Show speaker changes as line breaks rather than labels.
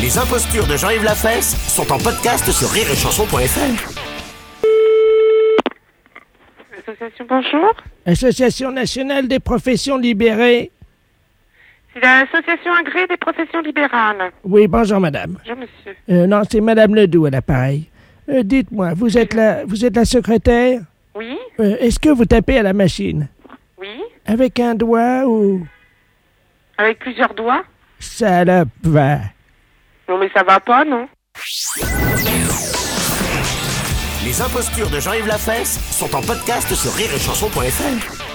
Les impostures de Jean-Yves Lafesse sont en podcast sur rireetchanson.fr.
Association, bonjour.
Association nationale des professions libérées.
C'est l'association agréée des professions libérales.
Oui, bonjour madame.
Bonjour, monsieur.
Euh, non, c'est madame Ledoux à l'appareil. Euh, dites-moi, vous êtes la vous êtes la secrétaire
Oui,
Euh, Est-ce que vous tapez à la machine
oui,
avec un doigt ou
avec plusieurs doigts.
salope va
Non, mais ça va pas, non
Les impostures de Jean-Yves Lafesse sont en podcast sur rireetchanson.fr.